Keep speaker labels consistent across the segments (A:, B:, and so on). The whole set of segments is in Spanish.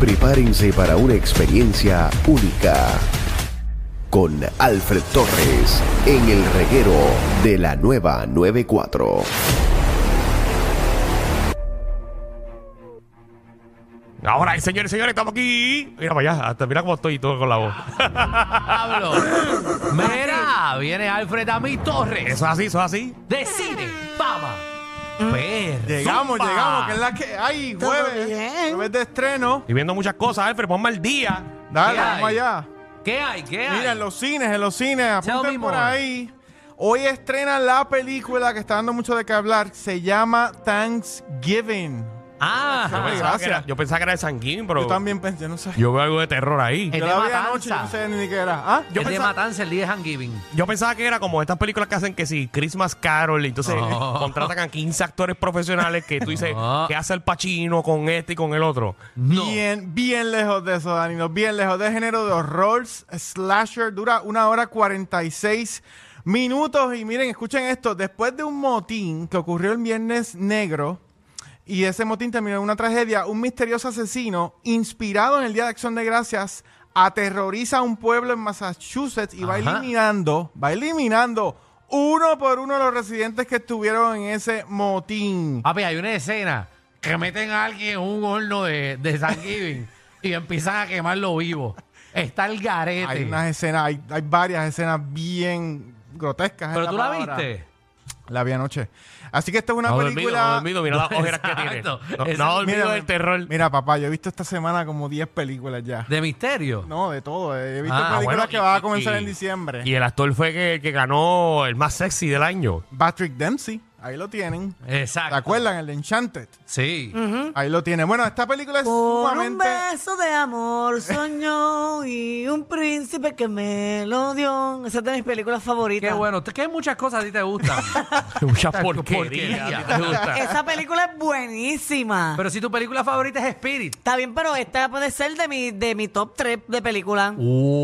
A: Prepárense para una experiencia única con Alfred Torres en el reguero de la nueva 94.
B: Ahora, eh, señores, señores, estamos aquí. Mira para allá, hasta mira cómo estoy y todo con la voz.
C: Pablo. Mira, viene Alfred Ami Torres.
B: Eso es así, eso es así.
C: De cine, fama. Per.
D: Llegamos,
C: zumba.
D: llegamos, que es la que hay, jueves. Jueves de estreno.
B: Y viendo muchas cosas, Alfred, ponme al día.
D: Dale,
C: ¿Qué hay?
D: vamos allá.
C: ¿Qué hay? ¿Qué hay?
D: Mira, en los cines, en los cines,
C: me
D: apunten por
C: more.
D: ahí. Hoy estrena la película que está dando mucho de qué hablar. Se llama Thanksgiving.
B: Yo
C: Ajá.
D: Oye,
B: pensaba, que
D: gracias.
B: era, yo pensaba que era de sanguín, pero
D: Yo también pensé, no sé.
B: yo veo algo de terror ahí.
C: Es
D: Yo
C: de
D: la vi anoche, yo
C: matanza.
D: no sé ni qué era. ¿Ah?
C: Yo
B: Yo
C: es de
B: pensaba-
C: matanza el día de Thanksgiving.
B: Yo pensaba que era como estas películas que hacen que si Christmas Carol, y entonces
C: No.
B: contratan a 15 actores profesionales que tú dices
C: No.
B: que hace el pachino con este y con el otro.
C: No.
D: Bien, bien lejos de eso, Danilo. Bien lejos de género de horror. Slasher dura una hora 46 minutos. Y miren, escuchen esto. Después de un motín que ocurrió el viernes negro, y ese motín terminó en una tragedia, un misterioso asesino, inspirado en el Día de Acción de Gracias, aterroriza a un pueblo en Massachusetts y va
C: Ajá.
D: eliminando, va eliminando uno por uno los residentes que estuvieron en ese motín.
C: Papi, hay una escena que meten a alguien en un horno de, de Thanksgiving y empiezan a quemarlo vivo. Está el garete.
D: Hay unas escenas, hay, hay varias escenas bien grotescas. es
C: Pero tú la
D: palabra.
C: viste.
D: La vi anoche. Así que esta es una
B: No ha dormido, no ha
D: película.
B: dormido, mira las ojeras que tiene.
C: Exacto.
B: No, no ha
C: Exacto.
B: dormido
D: Mira,
B: del terror.
D: Mira, papá, yo he visto esta semana como 10 películas ya.
C: De misterio.
D: No, de todo. eh. He visto
C: Ah,
D: películas
B: bueno,
D: que
B: y-
D: van a
B: y-
D: comenzar
B: y-
D: en diciembre.
B: Y el actor fue que, que ganó el más sexy del año.
D: Patrick Dempsey, ahí lo tienen. ¿Te
C: Exacto.
D: acuerdan? El de Enchanted.
C: Sí.
D: Ahí lo tienen. Bueno, esta película es
E: Por un
D: sumamente.
E: beso de amor soñó y un príncipe que me lo dio. Esa es de mis películas favoritas.
C: Qué bueno. Que hay muchas cosas a ti te gustan.
B: Mucha
C: Exacto,
B: porquería.
C: porquería.
B: ¿a ti te gusta?
E: Esa película es buenísima.
C: Pero si tu película favorita es Spirit.
E: Está bien, pero esta puede ser de mi, de mi top 3 de película.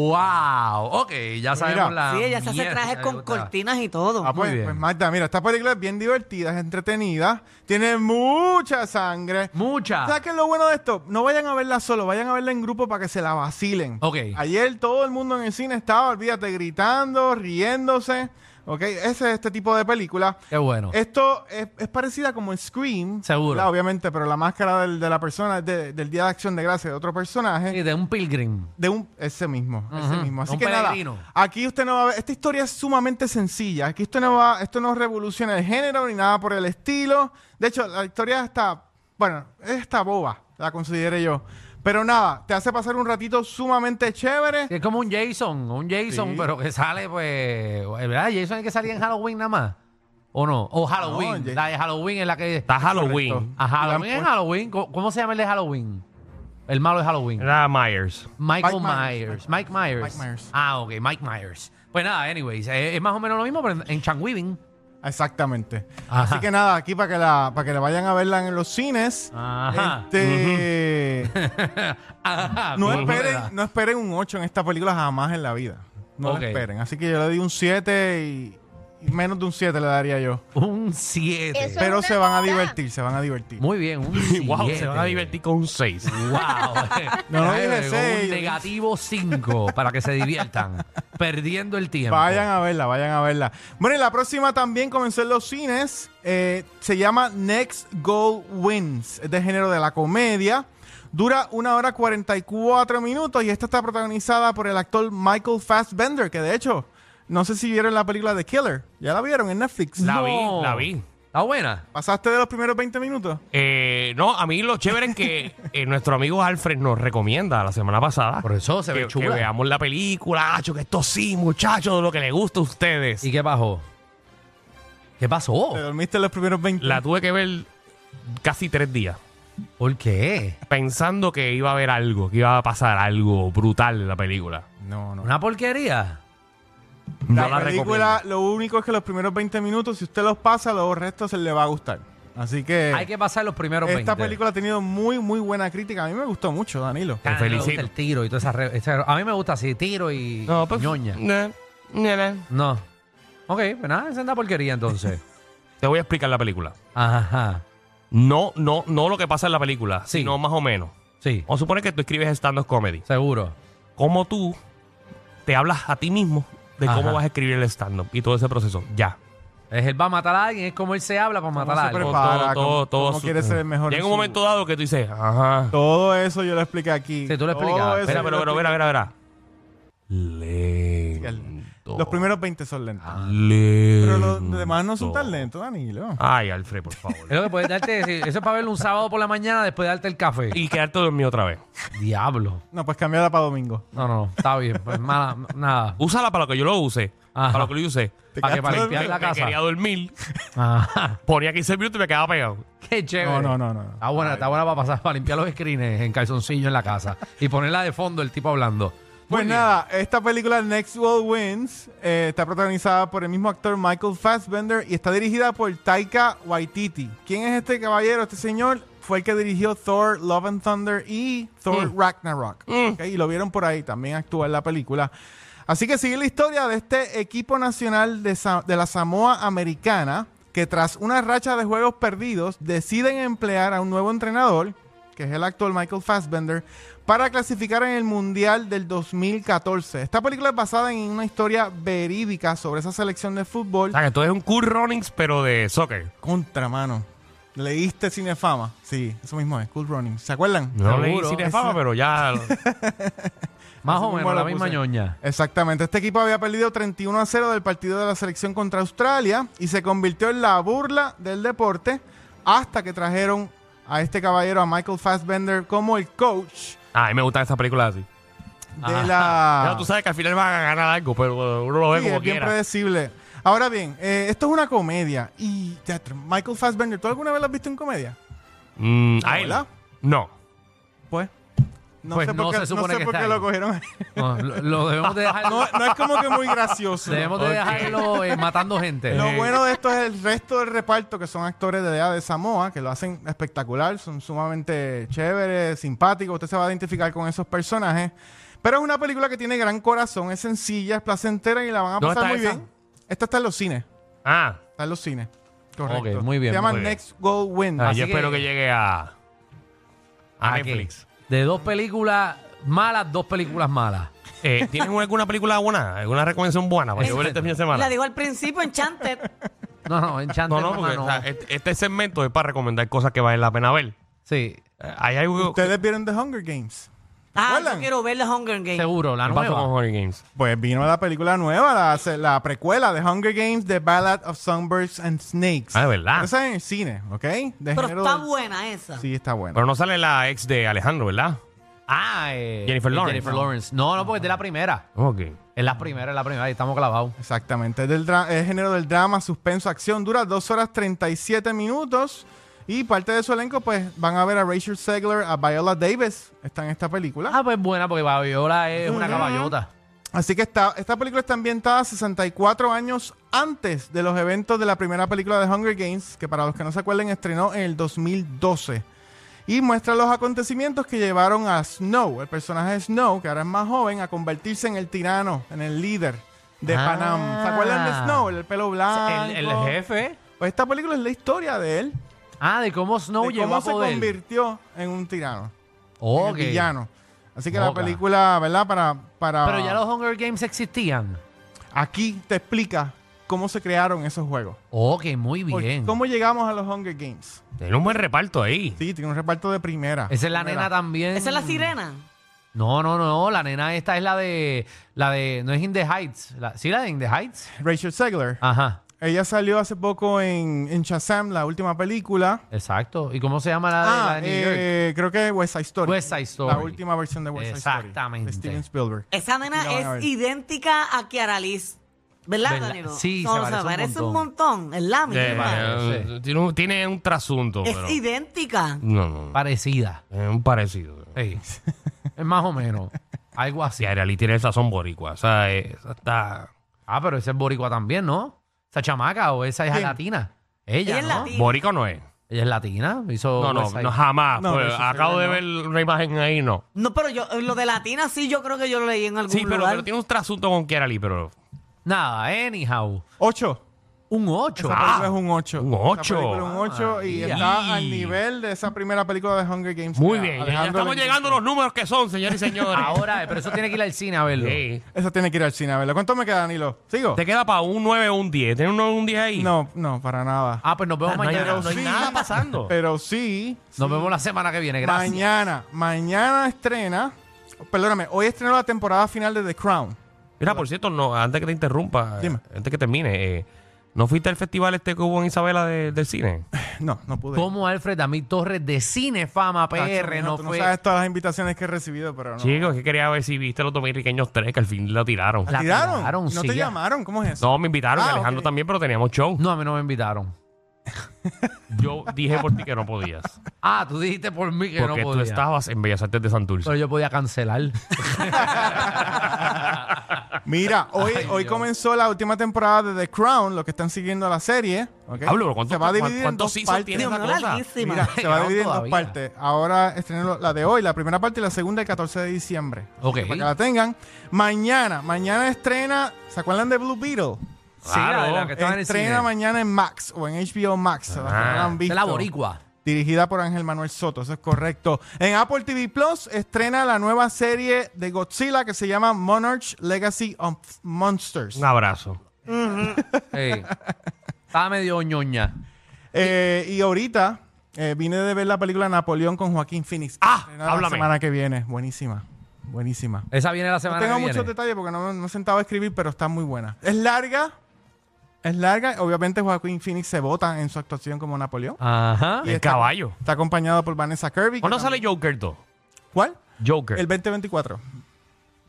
C: ¡Wow! Ok, ya sabemos la.
E: sí, ella se hace
C: mierda
E: trajes
C: que le
E: con
C: gusta.
E: cortinas y todo.
D: Ah, pues,
C: Muy bien.
D: pues, Magda, mira, esta película es bien divertida, es entretenida, tiene mucha sangre. ¿Sabes
C: Muchas.
D: qué es lo bueno de esto? No vayan a verla solo, vayan a verla en grupo para que se la vacilen.
C: Ok.
D: Ayer todo el mundo en el cine estaba, olvídate, gritando, riéndose. Ok, ese es este tipo de película.
C: Qué bueno.
D: Esto es, es parecida como en Scream.
C: Seguro.
D: ¿verdad? Obviamente, pero la máscara del- de la persona, de- del Día de Acción de Gracia de otro personaje.
C: Sí, de un pilgrim.
D: De un, ese mismo, ese
C: Ujú,
D: mismo. Así
C: un
D: que
C: peregrino.
D: nada, aquí usted no va a ver, esta historia es sumamente sencilla, aquí usted no va, esto no revoluciona el género ni nada por el estilo. De hecho, la historia está, bueno, está boba, la consideré yo. Pero nada, te hace pasar un ratito sumamente chévere.
C: Sí, Es como un Jason, un Jason,
D: Sí.
C: pero que sale, pues. ¿Verdad? Jason es que salía en Halloween nada más. ¿O no? O Halloween.
D: No,
C: la de Halloween es la que.
B: Está Halloween.
D: Correcto.
C: A
D: Le
C: Halloween
D: han
C: es
D: puesto-
C: Halloween. ¿Cómo, cómo se llama el de Halloween? El malo de Halloween.
B: Era Myers.
C: Michael
D: Mike Myers,
C: Myers. Mike Myers.
D: Mike Myers. Mike Myers.
C: Ah, ok, Mike Myers. Pues nada, anyways, eh, es, más o menos lo mismo, pero en- en Changweaving.
D: Exactamente.
C: Ajá.
D: Así que nada, aquí para que la, para que la vayan a verla en los cines.
C: Ajá.
D: Este,
C: Ajá, Pues
D: no,
C: como
D: esperen,
C: novedad.
D: no esperen un 8 en esta película jamás en la vida. No lo
C: Ok.
D: esperen. Así que yo le di un 7 y y menos de un 7 le daría yo.
C: Un 7.
F: Eso-
D: Pero
F: una
D: se van a
F: nota.
D: divertir, se van a divertir.
C: Muy bien, un 7.
B: Wow, se van a divertir con un 6.
C: Wow.
D: No, no dije
C: Un
D: seis.
C: negativo 5 para que se diviertan. perdiendo el tiempo.
D: Vayan a verla, vayan a verla. Bueno, y la próxima también comenzó en los cines. eh, se llama Next Goal Wins. Es de género de la comedia. Dura una hora 44 minutos y esta está protagonizada por el actor Michael Fassbender, que de hecho, no sé si vieron la película The Killer. ¿Ya la vieron en Netflix?
B: La
C: No.
B: vi, la vi.
C: ¿Está buena?
D: ¿Pasaste de los primeros 20 minutos?
B: Eh, no, a mí lo chévere es que eh, nuestro amigo Alfred nos recomienda la semana pasada
C: Por eso se
B: que,
C: ve
B: que
C: chula.
B: veamos la película, acho, que esto sí, muchachos, lo que le gusta a ustedes.
C: ¿Y qué bajó? ¿Qué pasó?
D: ¿Te dormiste en los primeros 20?
B: la tuve que ver casi tres días,
C: ¿Por qué?
B: pensando que iba a haber algo, que iba a pasar algo brutal en la película.
D: No, no.
C: ¿Una porquería?
D: La
B: No la
D: película, lo único es que los primeros 20 minutos, si usted los pasa, los restos se le va a gustar. Así que,
C: Hay que pasar los primeros 20.
D: Eh, esta película ha tenido muy, muy buena crítica. A mí me gustó mucho, Danilo.
B: Te
C: Ah, me gusta
B: felicito.
C: el tiro y toda esa re- esa- A mí me gusta así, tiro y
D: pues,
C: ñoña.
D: mm.
B: No, pues, no, no.
C: No. Ok, pues nada, esa es una porquería entonces.
B: Te voy a explicar la película.
C: Ajá.
B: No, no, no lo que pasa en la película,
C: Sí.
B: sino más o menos.
C: Sí,
B: Vamos a suponer que tú escribes stand-up comedy.
C: seguro.
B: ¿Cómo tú te hablas a ti mismo de
C: Ajá.
B: cómo vas a escribir el stand-up y todo ese proceso? Ya.
C: Es él va a matar a alguien, es como él se habla para matar
D: se
C: a alguien.
D: prepara? Para, cómo- cómo
B: su-
D: quiere ser el mejor
B: Llega
D: en
B: un
D: su-
B: momento dado que tú dices, ajá.
D: Todo eso yo lo expliqué aquí.
C: Sí, tú lo
D: Todo
C: explicabas.
D: eso
B: Espera,
D: yo
B: pero,
D: lo
B: pero,
D: expliqué.
B: verá, verá, verá. Lento.
D: Los primeros 20 son lentos.
C: Ah.
B: Lento.
D: Pero los demás no son tan lentos, Danilo.
B: Ay, Alfred, por
C: Es
B: favor.
C: lo que puedes darte, sí, eso es para verlo un sábado por la mañana después de darte el café.
B: y quedarte dormido otra vez.
C: Diablo.
D: No, pues cambiarla para domingo.
C: No, no, está bien. Pues mala, nada.
B: Úsala para lo que yo lo use.
C: Ajá.
B: Para lo que lo yo use.
C: Para que para
D: quedaste
C: limpiar
D: dormido.
C: la
B: Me
C: casa.
B: quería dormir.
C: Ajá.
B: Ponía 15 minutos y me quedaba pegado.
C: Qué chévere.
D: No, no, no, no.
C: Está buena, está buena para pasar, para limpiar los screens en calzoncillo en la casa. y ponerla de fondo el tipo hablando. Muy
D: Pues
C: bien.
D: nada, esta película Next World Wins eh, está protagonizada por el mismo actor Michael Fassbender y está dirigida por Taika Waititi. ¿Quién es este caballero? Este señor fue el que dirigió Thor, Love and Thunder y Thor
C: Mm.
D: Ragnarok. ¿ok? Y lo vieron por ahí, también actúa en la película. Así que sigue la historia de este equipo nacional de, Sa- de la Samoa Americana que tras una racha de juegos perdidos deciden emplear a un nuevo entrenador, que es el actor Michael Fassbender, para clasificar en el Mundial del 2014. Esta película es basada en una historia verídica sobre esa selección de
B: O
D: fútbol.
B: sea, que tú eres un cool runnings, pero de soccer.
D: Contramano. ¿Leíste Cinefama? Sí, eso mismo es, Cool Running. ¿Se acuerdan?
B: No
C: Seguro.
B: leí cine fama,
D: Esa-
B: pero ya.
C: Más
D: Así
C: o
D: mismo
C: menos la
D: lo
C: misma
D: puse.
C: ñoña.
D: Exactamente. Este equipo había perdido 31 a 0 del partido de la selección contra Australia y se convirtió en la burla del deporte hasta que trajeron a este caballero, a Michael Fassbender, como el coach
B: Ah, a mí me gustan esas películas así.
D: de la...
B: Ah, Ya tú sabes que al final van a ganar algo, pero uno lo ve
D: Sí,
B: como
D: es bien
B: quiera.
D: predecible. Ahora bien, eh, esto es una comedia y ya, tr- Michael Fassbender, ¿tú alguna vez lo has visto en comedia?
B: Mm, a él.
D: ¿Verdad?
B: No.
D: Pues... No
C: Pues
D: sé
C: no
D: por qué,
C: se supone
D: sé
C: que
D: por
C: está
D: qué
C: ahí.
D: lo cogieron.
C: No, lo, lo debemos de dejar.
D: No, no es como que muy gracioso.
C: debemos de
B: Ok.
C: dejarlo eh, matando gente.
D: Lo
B: Eh.
D: bueno de esto es el resto del reparto, que son actores de edad de Samoa, que lo hacen espectacular, son sumamente chéveres, simpáticos, usted se va a identificar con esos personajes. Pero es una película que tiene gran corazón, es sencilla, es placentera y la van a
B: ¿Dónde
D: pasar
B: está
D: muy
B: esa?
D: bien. Esta está en los cines,
B: Ah,
D: está en los cines. Correcto.
C: Ok, muy bien,
D: Se llama
B: muy bien.
D: Next Gold Win.
B: ah,
C: Así
B: yo
C: que-
B: espero que llegue a. A
C: ¿A qué?
B: Netflix.
C: De dos películas malas, dos películas malas.
B: Eh, ¿Tienes alguna película buena? ¿Alguna recomendación buena para yo ver este fin de semana?
E: La digo al principio, Enchanted.
C: No, no, Enchanted,
B: No, no, porque
C: hermano.
B: o sea, este, este segmento es para recomendar cosas que valen la pena ver.
C: Sí,
B: Eh, Hay algo que
D: ¿Ustedes vieron The Hunger Games?
E: Ah,
D: ¿Recuerdan?
E: yo quiero ver los Hunger Games.
C: seguro, la
B: ¿Qué pasó con
C: nueva.
B: Hunger Games.
D: Pues vino la película nueva, la, se- la precuela de Hunger Games, The Ballad of Songbirds and Snakes.
B: Ah, de verdad.
D: Esa es en el cine, ¿ok? De
E: Pero
D: género
E: está
D: del-
E: buena esa.
D: Sí, está buena.
B: Pero no sale la ex de Alejandro, ¿verdad?
C: Ah, eh,
B: Jennifer Lawrence.
C: Jennifer Lawrence. No, no, porque es de la primera.
B: Ok.
C: Es la primera, es la primera, ahí estamos clavados.
D: Exactamente. Es del dra- es género del drama, suspenso, acción. Dura 2 horas 37 minutos. Y parte de su elenco, pues, van a ver a Rachel Segler, a Viola Davis. Está en esta película.
C: Ah, pues buena, porque Viola es una caballota.
D: Así que está, esta película está ambientada 64 años antes de los eventos de la primera película de Hunger Games, que para los que no se acuerden estrenó en el 2012. Y muestra los acontecimientos que llevaron a Snow, el personaje de Snow, que ahora es más joven, a convertirse en el tirano, en el líder de
C: Ah.
D: Panam. ¿Se acuerdan de Snow? El pelo blanco.
C: El, el jefe.
D: Pues esta película es la historia de él,
C: Ah, de cómo Snow
D: de
C: llegó
D: cómo
C: a
D: se
C: poder.
D: convirtió en un tirano, en el
C: Ok.
D: villano. Así que la
C: Oga.
D: película, ¿verdad? Para, para
C: Pero ya los Hunger Games existían.
D: Aquí te explica cómo se crearon esos juegos.
C: Ok, muy
D: Por-
C: bien.
D: ¿Cómo llegamos a los Hunger Games?
B: Tiene un buen reparto ahí.
D: Sí, tiene un reparto de primera.
C: Esa es la
D: Primera.
C: nena también.
E: Esa es la sirena.
C: No, no, no. La nena esta es la de. La de. No es In the Heights. La- sí, la de In the Heights.
D: Rachel Segler.
C: Ajá.
D: Ella salió hace poco en, en Shazam, la última película.
C: Exacto. ¿Y cómo se llama la de, la de
D: Ah,
C: New York?
D: eh, creo que West Side Story.
C: West Side Story.
D: La última versión de West Side Story.
C: Exactamente. Eh.
D: De Steven Spielberg.
E: Esa nena
D: La van a ver.
E: es idéntica a Kiara Liz. ¿Verdad,
C: ¿Verdad?
E: Danilo?
C: Sí,
E: No,
C: se
E: o sea,
C: parece
E: parece
C: un
E: un montón. Es la misma.
B: Eh,
C: vale,
B: eh, tiene, un, tiene un trasunto,
E: es
B: pero. Mm.
E: idéntica.
B: No, no. no.
C: Parecida.
B: Es un parecido.
C: Sí. es más o menos. Algo así.
B: Si Ariali tiene el sazón boricua. O sea, eh, esa está.
C: Ah, pero ese es boricua también, ¿no? Esa chamaca o esa es
D: ¿Quién?
C: latina. Ella,
E: Ella es
C: ¿no?
E: latina.
B: ¿Boricua no es?
C: Ella es latina. Hizo
B: No, no,
C: West Side.
B: no jamás.
D: No,
B: Pues,
D: eso sí,
B: acabo de
D: no.
B: ver una imagen ahí, no.
E: No, pero yo, eh, lo de latina sí, yo creo que yo lo leí en algún
B: Sí, pero,
E: lugar.
B: pero tiene un trasunto con Kiara Lee, pero.
C: Nada, anyhow.
D: Ocho.
C: Un 8.
B: Ah.
D: Esa película es un 8.
B: Un ocho.
D: un 8 y
C: Ah,
D: está
C: y-
D: al nivel de esa primera película de Hunger Games.
B: Muy
D: que
B: bien. Ya- Ya,
D: Alejandro
B: estamos
D: le-
B: llegando a los números que son, señores y señores.
C: Ahora, eh, pero eso tiene que ir al cine a verlo.
B: Sí.
D: Esa tiene que ir al cine, a verla. ¿Cuánto me queda, Danilo? ¿Sigo?
B: Te queda para un 9 o un 10. ¿Tienes un 9 o un 10 ahí?
D: No, no, para nada.
C: Ah, pues nos vemos
B: Ah, no hay
C: mañana.
B: nada,
C: no hay
D: sí.
C: nada pasando.
D: Pero sí,
C: Nos vemos la semana que viene. Gracias.
D: mañana, mañana estrena, perdóname, hoy estrenó la temporada final de The Crown.
B: Mira, por cierto, no, antes que te interrumpa,
D: Dime.
B: antes que termine, eh, ¿no fuiste al festival este que hubo en Isabela de- del cine?
D: No, no pude.
C: Como Alfred David Torres de Cinefama PR
D: Pues. Tacho, mijo,
C: no
D: tú
C: fue.
D: no sabes todas las invitaciones que he recibido, pero no.
B: Chicos, que quería ver si viste los dominicanos 3, que al fin la tiraron.
D: ¿La
C: La
D: tiraron?
C: tiraron,
D: ¿No
C: sí,
D: te
C: ya.
D: llamaron? ¿Cómo es eso?
B: No, me invitaron,
D: Ah,
B: Alejandro
D: ok.
B: también, pero teníamos show.
C: No, a mí no me invitaron.
B: Yo dije por ti que no podías.
C: Ah, tú dijiste por mí que
B: porque
C: no
B: tú
C: podía.
B: estabas en Bellas Artes de Santurce.
C: Pero yo podía cancelar.
D: Mira, hoy, hoy comenzó la última temporada de The Crown, los que están siguiendo la serie. ¿ok?
B: Pablo, pero ¿cuántos-
D: se va a dividir en
B: cuántos
D: dos
B: seasons
D: partes.
B: tiene
E: Dios
B: esa
E: mío,
B: cosa?
E: larguísima.
D: Mira, se va a
C: Aún
D: dividir en dos
C: todavía.
D: partes. Ahora estrenó la de hoy, la primera parte y la segunda el 14 de diciembre.
C: Ok.
D: Para que la tengan. Mañana, mañana estrena, ¿se acuerdan de Blue Beetle?
C: Sí, la de la que estaba en el cine.
D: Estrena mañana en Max o en HBO Max. se la
B: Ah,
D: habrán
C: De
D: visto.
C: la boricua.
D: Dirigida por Ángel Manuel Soto, eso es correcto. En Apple TV Plus estrena la nueva serie de Godzilla que se llama Monarch Legacy of Monsters.
B: Un
C: Ah.
B: abrazo.
C: Sí. Estaba medio ñoña.
D: Eh, y ahorita eh, vine de ver la película Napoleón con Joaquín Phoenix.
B: Ah,
D: Estrena la
B: háblame.
D: semana que viene. Buenísima. Buenísima.
C: Esa viene la
D: No
C: semana
D: tengo
C: que viene.
D: muchos detalles porque no, no he sentado a escribir, pero está muy buena. Es larga. Es larga. Obviamente Joaquín Phoenix se vota en su actuación como Napoleón.
C: Ajá.
D: Y
B: El
D: está-
B: Ah, caballo.
D: Está acompañado por Vanessa Kirby. que
B: ¿Cuándo
D: también-
B: sale Joker 2?
D: ¿Cuál?
B: Joker.
D: El 2024.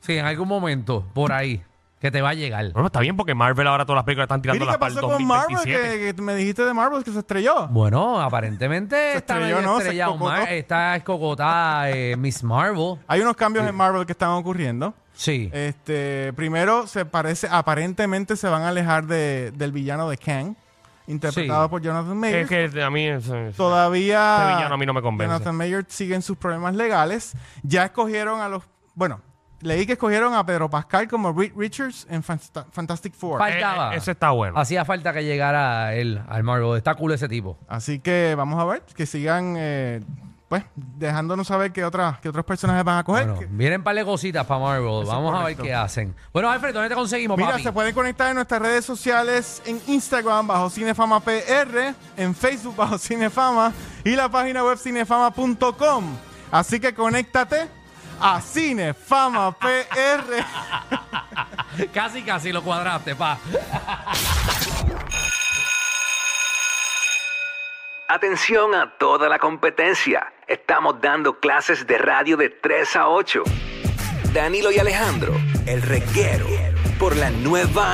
C: Sí, en algún momento, por ahí, que te va a llegar.
B: Bueno, está bien porque Marvel ahora todas las películas están tirando
D: Mira,
B: las
D: ¿qué
B: para el
D: pasó con Marvel?
B: 2027.
D: Que, que me dijiste de Marvel que se estrelló.
C: Bueno, aparentemente está
D: estrelló,
C: medio
D: ¿no? Se
C: estrellado
D: escocotó.
C: Mar- está escogotada eh, Miss Marvel.
D: Hay unos cambios en Marvel que están ocurriendo.
C: Sí.
D: Este, primero se parece, aparentemente se van a alejar de- del villano de Kang, interpretado
C: Sí.
D: por Jonathan Majors.
B: Es que a mí... es- es-
D: Todavía
B: Este villano a mí no me convence.
D: Jonathan Majors sigue en sus problemas legales. Ya escogieron a los, bueno, leí que escogieron a Pedro Pascal como Reed Richards en Fanta- Fantastic Four.
C: Fal-
B: eh,
C: faltaba.
B: eh, ese está bueno.
C: Hacía falta que llegara él al Marvel. Está cool ese tipo.
D: Así que vamos a ver que sigan, eh, pues, dejándonos saber qué otras, qué otros personajes van a coger.
C: Bueno,
D: Que-
C: vienen un par de cositas para Marvel.
D: es
C: Vamos a ver
D: correcto.
C: qué hacen. Bueno, Alfred, ¿dónde te conseguimos,
D: Mira,
C: papi?
D: se pueden conectar en nuestras redes sociales, en Instagram bajo Cinefama PR, en Facebook bajo Cinefama y la página web cinefama.com. Así que conéctate a Cinefama PR.
C: Casi, casi lo cuadraste, pa.
F: Atención a toda la competencia. Estamos dando clases de radio de 3 a 8. Danilo y Alejandro, el reguero, por la nueva